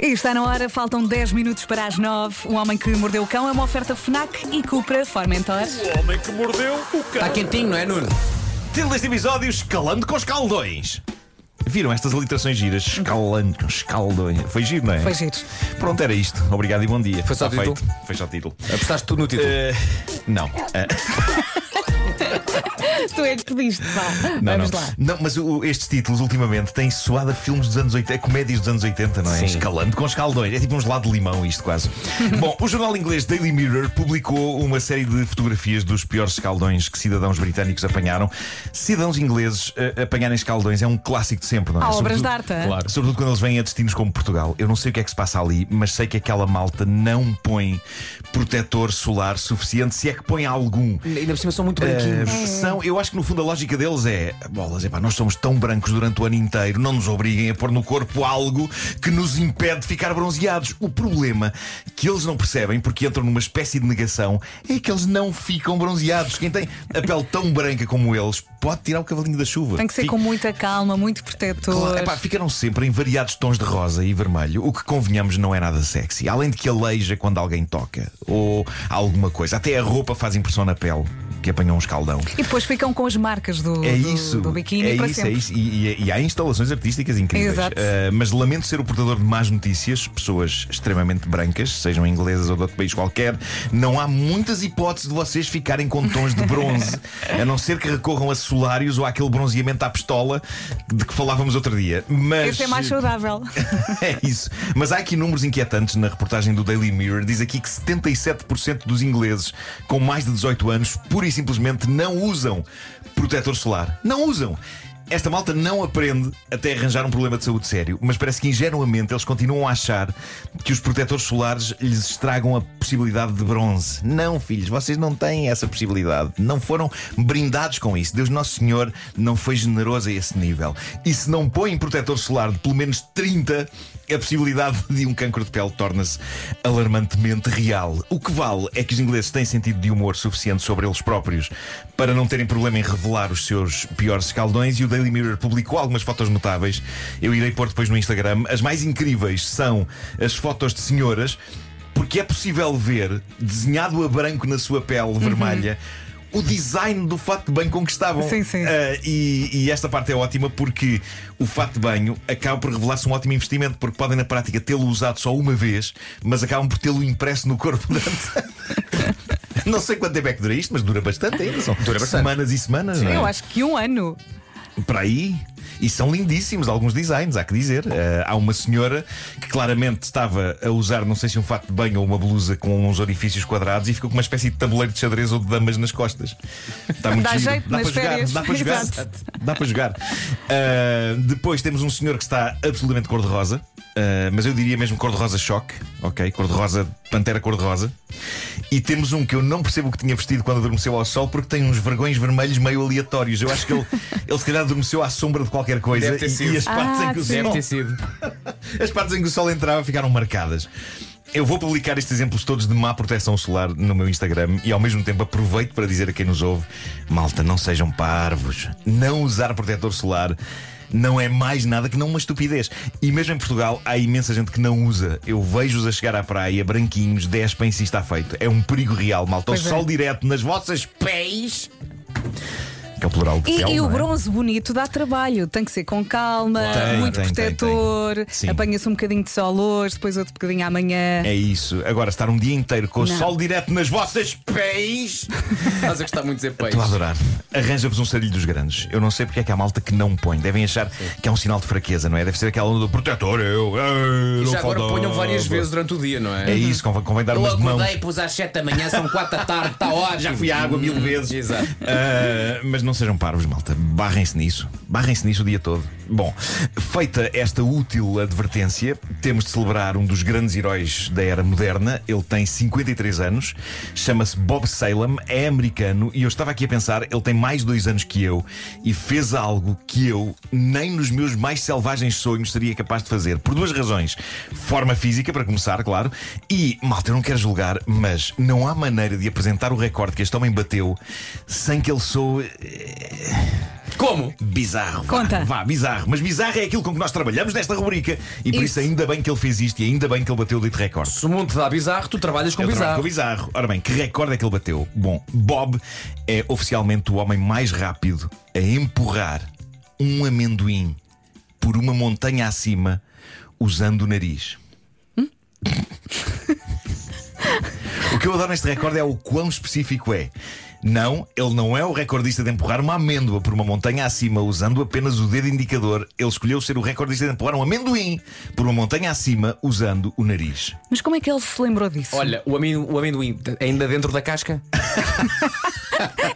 E está na hora, faltam 10 minutos para as 9. O Homem que Mordeu o Cão é uma oferta FNAC e Cupra Formentor. O homem que mordeu o cão. Está quentinho, não é, Nuno? Título deste episódio: Escalando com escaldões. Viram estas literações giras? Escalando com escaldões. Foi giro, não é? Foi giro. Pronto, era isto. Obrigado e bom dia. Foi só Está título? feito. Foi só título. Apostaste tudo no título. Eh, não. Eh, tu é que pediste, vá. não, Vamos não. lá. Não, mas o- estes títulos ultimamente têm soado a filmes dos anos 80, a comédias dos anos 80, não é? Sim. Escalando com escaldões. É tipo um gelado de limão, isto quase. Bom, o jornal inglês Daily Mirror publicou uma série de fotografias dos piores escaldões que cidadãos britânicos apanharam. Cidadãos ingleses eh, apanharem escaldões é um clássico de sempre, não é? Há obras Sobretudo- de arte. hã? claro. Sobretudo quando eles vêm a destinos como Portugal. Eu não sei o que é que se passa ali, mas sei que aquela malta não põe protetor solar suficiente, se é que põe algum. Ainda por cima são muito Eh, branquinhos. são, eu acho que no fundo a lógica deles é bolas, epá, nós somos tão brancos durante o ano inteiro, não nos obriguem a pôr no corpo algo que nos impede de ficar bronzeados. O problema que eles não percebem, porque entram numa espécie de negação, é que eles não ficam bronzeados. Quem tem a pele tão branca como eles pode tirar o cavalinho da chuva. Tem que ser Fica- com muita calma, muito protetor. Claro, epá, ficaram sempre em variados tons de rosa e vermelho, o que convenhamos não é nada sexy. Além de que aleija quando alguém toca ou alguma coisa. Até a roupa faz impressão na pele, que apanhou um escaldão. E depois ficam com as marcas do, É do- isso, do biquíni é para isso, é sempre. isso. E, e- e há instalações artísticas incríveis. Exato. Ah, mas lamento ser o portador de más notícias, pessoas extremamente brancas, sejam inglesas ou de outro país qualquer. Não há muitas hipóteses de vocês ficarem com tons de bronze, a não ser que recorram a solários ou àquele bronzeamento à pistola de que falávamos outro dia. Mas Esse é mais saudável. é isso. Mas há aqui números inquietantes na reportagem do Daily Mirror. Diz aqui que 77% dos ingleses com mais de 18 anos pura e simplesmente não usam protetor solar. Não usam. Esta malta não aprende até arranjar um problema de saúde sério, mas parece que ingenuamente eles continuam a achar que os protetores solares lhes estragam a possibilidade de bronze. Não, filhos, vocês não têm essa possibilidade. Não foram brindados com isso. Deus Nosso Senhor não foi generoso a esse nível. E se não põem protetor solar de pelo menos 30, a possibilidade de um cancro de pele torna-se alarmantemente real. O que vale é que os ingleses têm sentido de humor suficiente sobre eles próprios para não terem problema em revelar os seus piores escaldões e o Daily Mirror publicou algumas fotos notáveis. Eu irei pôr depois no Instagram. As mais incríveis são as fotos de senhoras, porque é possível ver, desenhado a branco na sua Uhum. pele vermelha, o design do fato de banho com que estavam. Sim, sim. Ah, Uh, e, e esta parte é ótima porque o fato de banho acaba por revelar-se um ótimo investimento, porque podem na prática tê-lo usado só uma vez, mas acabam por tê-lo impresso no corpo durante. Não sei quanto tempo é que dura isto, mas dura bastante ainda. São Dura bastante. semanas e semanas. não é? Eu acho que um ano. para aí. E são lindíssimos alguns designs, há que dizer. Eh, há uma senhora que claramente estava a usar, não sei se um fato de banho ou uma blusa com uns orifícios quadrados e ficou com uma espécie de tabuleiro de xadrez ou de damas nas costas. Está muito Dá giro. jeito dá nas para férias. jogar, dá para jogar. Exato. Dá para jogar. Eh, depois temos um senhor que está absolutamente cor-de-rosa, eh, mas eu diria mesmo cor-de-rosa choque, ok? Cor-de-rosa, pantera cor-de-rosa. E temos um que eu não percebo o que tinha vestido quando adormeceu ao sol, porque tem uns vergões vermelhos meio aleatórios. Eu acho que ele, ele se calhar adormeceu à sombra de qualquer coisa Deve ter e- sido. e as partes Ah, em que o sim. sol Deve ter sido. as partes em que o sol entrava ficaram marcadas. Eu vou publicar estes exemplos todos de má proteção solar no meu Instagram e ao mesmo tempo aproveito para dizer a quem nos ouve: malta, não sejam parvos. Não usar protetor solar não é mais nada que não uma estupidez. E mesmo em Portugal há imensa gente que não usa. Eu vejo-os a chegar à praia, branquinhos, despem-se e está feito. É um perigo real, malta. Pois é. o sol direto nas vossas pés. Que é o plural de pele, E, e o não é? bronze bonito dá trabalho, tem que ser com calma, Tem, muito tem, tem, protetor, tem. Sim. apanha-se um bocadinho de sol hoje, depois outro bocadinho amanhã. É isso. Agora estar um dia inteiro com o Não. sol direto nas vossas pés. Estás a gostar muito de dizer peixe. Estou a adorar. Arranja-vos um sarilho dos grandes. Eu não sei porque é que há malta que não põe. Devem achar que é um sinal de fraqueza, não é? Deve ser aquela onda do protetor. Eu, "Ah, eu E não já agora faltava. ponham várias vezes durante o dia, não É é? isso, convém, convém dar umas de mãos. pus às 7 da manhã, são 4 da tarde, está ótimo. Hum, Já fui à água mil vezes. Exato. Ah, mas não sejam parvos, malta. Barrem-se nisso. Barrem-se nisso o dia todo. Bom, feita esta útil advertência, temos de celebrar um dos grandes heróis da era moderna. Ele tem 53 anos, chama-se Bob Salem, é americano e eu estava aqui a pensar, ele tem mais dois anos que eu e fez algo que eu nem nos meus mais selvagens sonhos seria capaz de fazer. Por duas razões. Forma física, para começar, claro, e, malta, eu não quero julgar, mas não há maneira de apresentar o recorde que este homem bateu sem que ele soe eh, Como? bizarro. bizarro. vá. Conta. Vá, bizarro. Mas bizarro é aquilo com que nós trabalhamos nesta rubrica. E por Isso. isso, ainda bem que ele fez isto e ainda bem que ele bateu o dito recorde. Se o mundo te dá bizarro, tu trabalhas com Eu trabalho bizarro. com bizarro. Ora bem, que recorde é que ele bateu? Bom, Bob é oficialmente o homem mais rápido a empurrar um amendoim por uma montanha acima usando o nariz. o que eu adoro neste recorde é o quão específico é. Não, ele não é o recordista de empurrar uma amêndoa por uma montanha acima usando apenas o dedo indicador. Ele escolheu ser o recordista de empurrar um amendoim por uma montanha acima usando o nariz. Mas como é que ele se lembrou disso? Olha, o, amendo- o amendoim é ainda dentro da casca?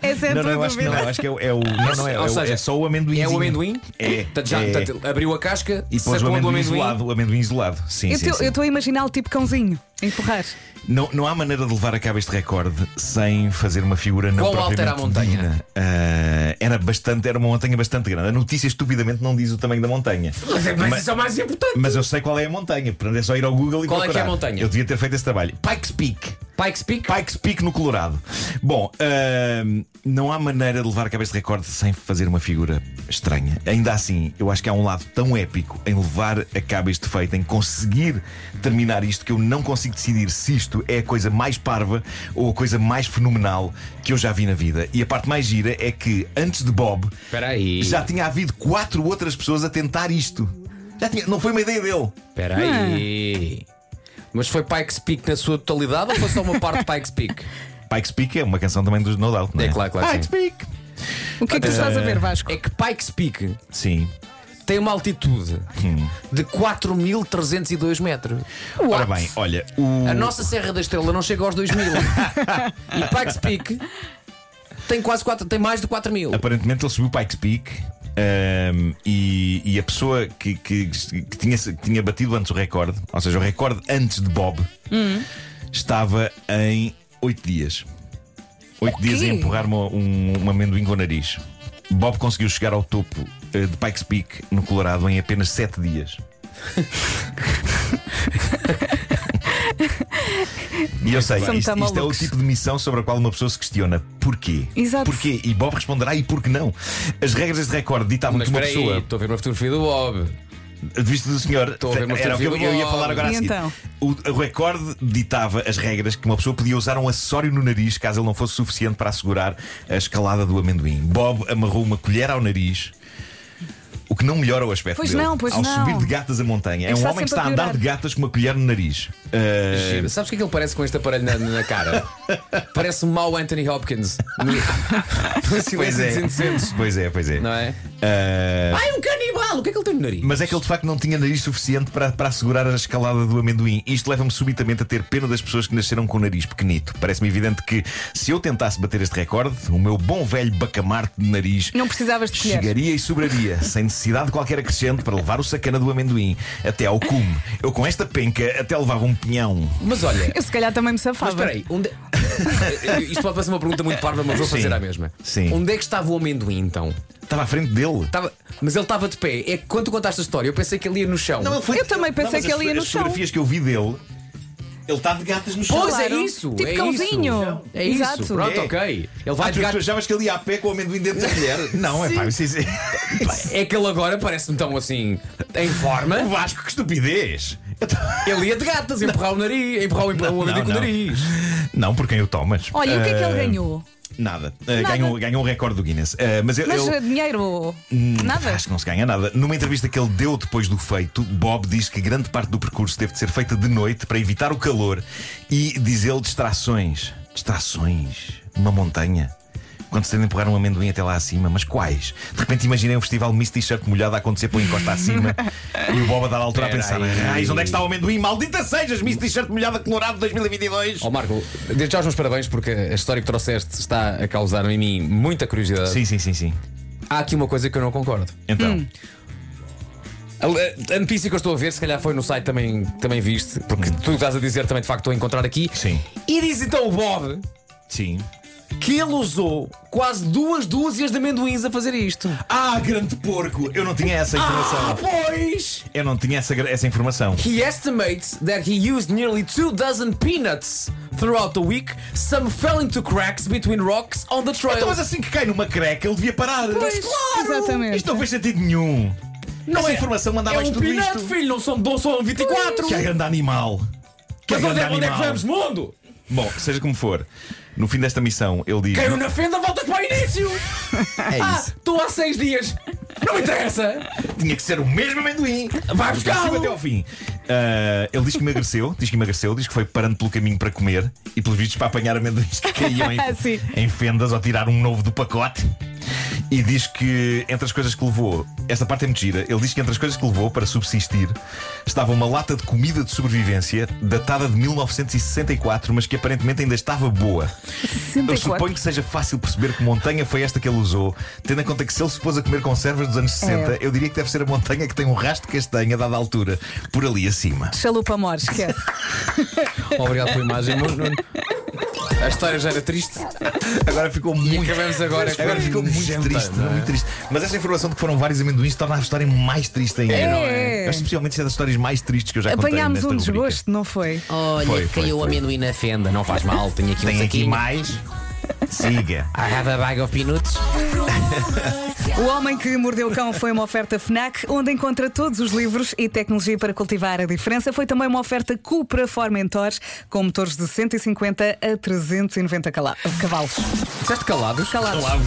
Essa é a Não, não, tua eu acho que dúvida. não, eu acho que é, o- é o. Não, não, é, Ou é o- seja, é só o amendoim. É o amendoim? É. Portanto, já, é. portanto, abriu a casca E pôs o sacou amendoim, do amendoim. isolado, o amendoim isolado. Sim, Eu sim, sim. estou a imaginar o tipo cãozinho a empurrar. Não, não há maneira de levar a cabo este recorde sem fazer uma figura não Quão alta propriamente era a montanha? divina. Ah, era bastante, era uma montanha bastante grande. A notícia estupidamente não diz o tamanho da montanha. Mas, é- mas isso é o mais importante. Mas eu sei qual é a montanha, portanto é só ir ao Google e Qual é que procurar. é a montanha? Eu devia ter feito esse trabalho. Pikes Peak. Pikes Peak? Pikes Peak no Colorado. Bom, ahm, não há maneira de levar a cabo este recorde sem fazer uma figura estranha. Ainda assim, eu acho que há um lado tão épico em levar a cabo este feito, em conseguir terminar isto, que eu não consigo decidir se isto é a coisa mais parva ou a coisa mais fenomenal que eu já vi na vida. E a parte mais gira é que antes de Bob, Espera aí. já tinha havido quatro outras pessoas a tentar isto. Já tinha- não foi uma ideia dele. Espera Ah. aí. Mas foi Pikes Peak na sua totalidade ou foi só uma parte de Pikes Peak? Pikes Peak é uma canção também dos No Doubt, não é? É claro, claro que Pikes sim. Peak. O que é que tu estás a ver, Vasco? É que Pikes Peak Sim. tem uma altitude Hum. de 4.302 metros. Ora bem, olha, o... A nossa Serra da Estrela não chega aos 2.000. e Pikes Peak tem quase 4, tem mais de 4.000. aparentemente ele subiu Pikes Peak. ahm, e, e a pessoa que, que- que tinha, que tinha batido antes o recorde, ou seja, o recorde antes de Bob, Hum. estava em 8 dias. 8 dias a quê? empurrar uma- um, um amendoim com o nariz. Bob conseguiu chegar ao topo eh, de Pikes Peak, no Colorado, em apenas 7 dias. E eu sei, São isto, tão isto é o malucos. tipo de missão sobre a qual uma pessoa se questiona porquê? Exato. Porquê? E Bob responderá e por que não? As regras deste recorde ditavam Mas que uma espera aí, pessoa, estou a ver uma fotografia do Bob. de vista do senhor, Estou a ver uma era o que eu, fotografia do eu ia Bob. falar agora a E seguir. então? O, o recorde ditava as regras que uma pessoa podia usar um acessório no nariz caso ele não fosse suficiente para assegurar a escalada do amendoim. Bob amarrou uma colher ao nariz. O que não melhora o aspecto Pois dele não, pois ao não. subir de gatas a montanha. É Está um homem que sempre está a a andar piorar. de gatas com uma colher no nariz. Ah, Giro. Sabes o que é que ele parece com este aparelho na, na cara? parece um mau Anthony Hopkins. No, no pois, silêncio é. dos inocentes. pois é, pois é. Não é? Ah, Ah, é um canibal! O que é que ele tem no nariz? Mas é que ele de facto não tinha nariz suficiente para, para assegurar a escalada do amendoim. Isto leva-me subitamente a ter pena das pessoas que nasceram com o nariz pequenito. Parece-me evidente que se eu tentasse bater este recorde, o meu bom velho bacamarte de nariz. Não precisavas de colher. Chegaria e sobraria, sem necessidade de qualquer acrescente, para levar o sacana do amendoim até ao cume. Eu com esta penca até levava um pinhão. Mas olha, Eu se calhar também me mas safava. espera aí. Onde... Isto pode parecer uma pergunta muito parva, mas vou Sim. fazer a mesma. Sim. Onde é que estava o amendoim então? Estava à frente dele. Estava- Mas ele estava de pé. É que quando tu contaste a história, eu pensei que ele ia no chão. Não, ele foi- Eu também pensei mas que ele ia as- no As chão. fotografias que eu vi dele, ele está de gatas no chão. Pois Claro. é isso! Tipo é cãozinho. Isso. É isso. Exato. Pronto, É. ok. Ele Ah, vai de tu, tu gato. achavas que ele ia a pé com o amendoim dentro da colher? Não, é pá, isso, isso, É que ele agora parece-me tão assim em forma. O Vasco, que estupidez! Eu tô- Ele ia de gatas, empurrar o nariz, empurrar o, empurrar o Não, amendoim com o não. nariz. Não, por quem o tomas? Olha, o que é que ele Ah, ganhou? Nada. Ah, Ganhou, ganhou um recorde do Guinness. Ah, mas eu, Mas eu- Hum, eh, dinheiro? Nada? Acho que não se ganha nada. Numa entrevista que ele deu depois do feito, Bob diz que grande parte do percurso teve de ser feita de noite para evitar o calor e, diz ele, distrações. Distrações? Uma montanha? Quando se tem de empurrar um amendoim até lá acima, mas quais? De repente imaginei um festival Miss T-shirt molhado a acontecer pela encosta acima e o Bob a dar a altura a Espera pensar: aí. Raiz, onde é que está o amendoim? Maldita sejas, Miss T-shirt molhada Colorado 2022! Ó Marco, desde já os meus parabéns porque a história que trouxeste está a causar em mim muita curiosidade. Sim, sim, sim, sim. Há aqui uma coisa que eu não concordo. Então, A, a notícia que eu estou a ver, se calhar foi no site também, também viste, porque tu estás a dizer também de facto estou a encontrar aqui. Sim. E diz então o Bob sim. que ele usou quase duas dúzias de amendoins a fazer isto. Ah, grande porco! Eu não tinha essa informação. Ah. pois! Eu não tinha essa, gra- essa informação. He estimates that he used nearly two dozen peanuts throughout the week. Some fell into cracks between rocks on the trail. Então, mas assim que cai numa creca, ele devia parar. Pois, exatamente. um Isto não fez sentido nenhum. Não essa é- informação é mandava um tudo peanut, isto. filho, não são, não são 24. Que é grande animal. Que Mas onde, grande é- onde é que animal. vamos, mundo? Bom, seja como for, no fim desta missão, ele diz. Caiu na fenda, voltas para o início. É Ah, isso. estou há seis dias. Não interessa. Tinha que ser o mesmo amendoim. Vai Do buscá-lo. princípio até ao fim. Ah, ele diz que emagreceu, diz que emagreceu, diz que foi parando pelo caminho para comer e pelos vistos para apanhar amendoins que caíam em, Sim. em fendas ou tirar um novo do pacote. E diz que entre as coisas que levou, esta parte é mentira, ele diz que entre as coisas que levou para subsistir estava uma lata de comida de sobrevivência datada de 1964, mas que aparentemente ainda estava boa. Eu 64. suponho que seja fácil perceber que montanha foi esta que ele usou, tendo em conta que se ele se pôs a comer conservas dos anos É. 60, eu diria que deve ser a montanha que tem um rastro de castanha dada a altura, por ali acima. Chalupa amor, esquece. Obrigado pela imagem, Nuno. A história já era triste. Agora ficou muito. acabamos agora com Agora ficou muito nojenta, triste, não é? muito triste. Mas essa informação de que foram vários amendoins torna a história mais triste ainda. É, não é. Eu acho especialmente se é das histórias mais tristes que eu já contei. Apanhámos nesta um rubrica. desgosto, não foi? Olha, Foi, caiu foi, o foi. amendoim na fenda, não faz mal, tenho aqui um Tem aqui saquinho. mais. Siga. I have a bag of peanuts. O Homem que Mordeu o Cão foi uma oferta FNAC, onde encontra todos os livros e tecnologia para cultivar a diferença. Foi também uma oferta Cupra Formentor, com motores de 150 a 390 cala- cavalos. Disseste calados? Calados.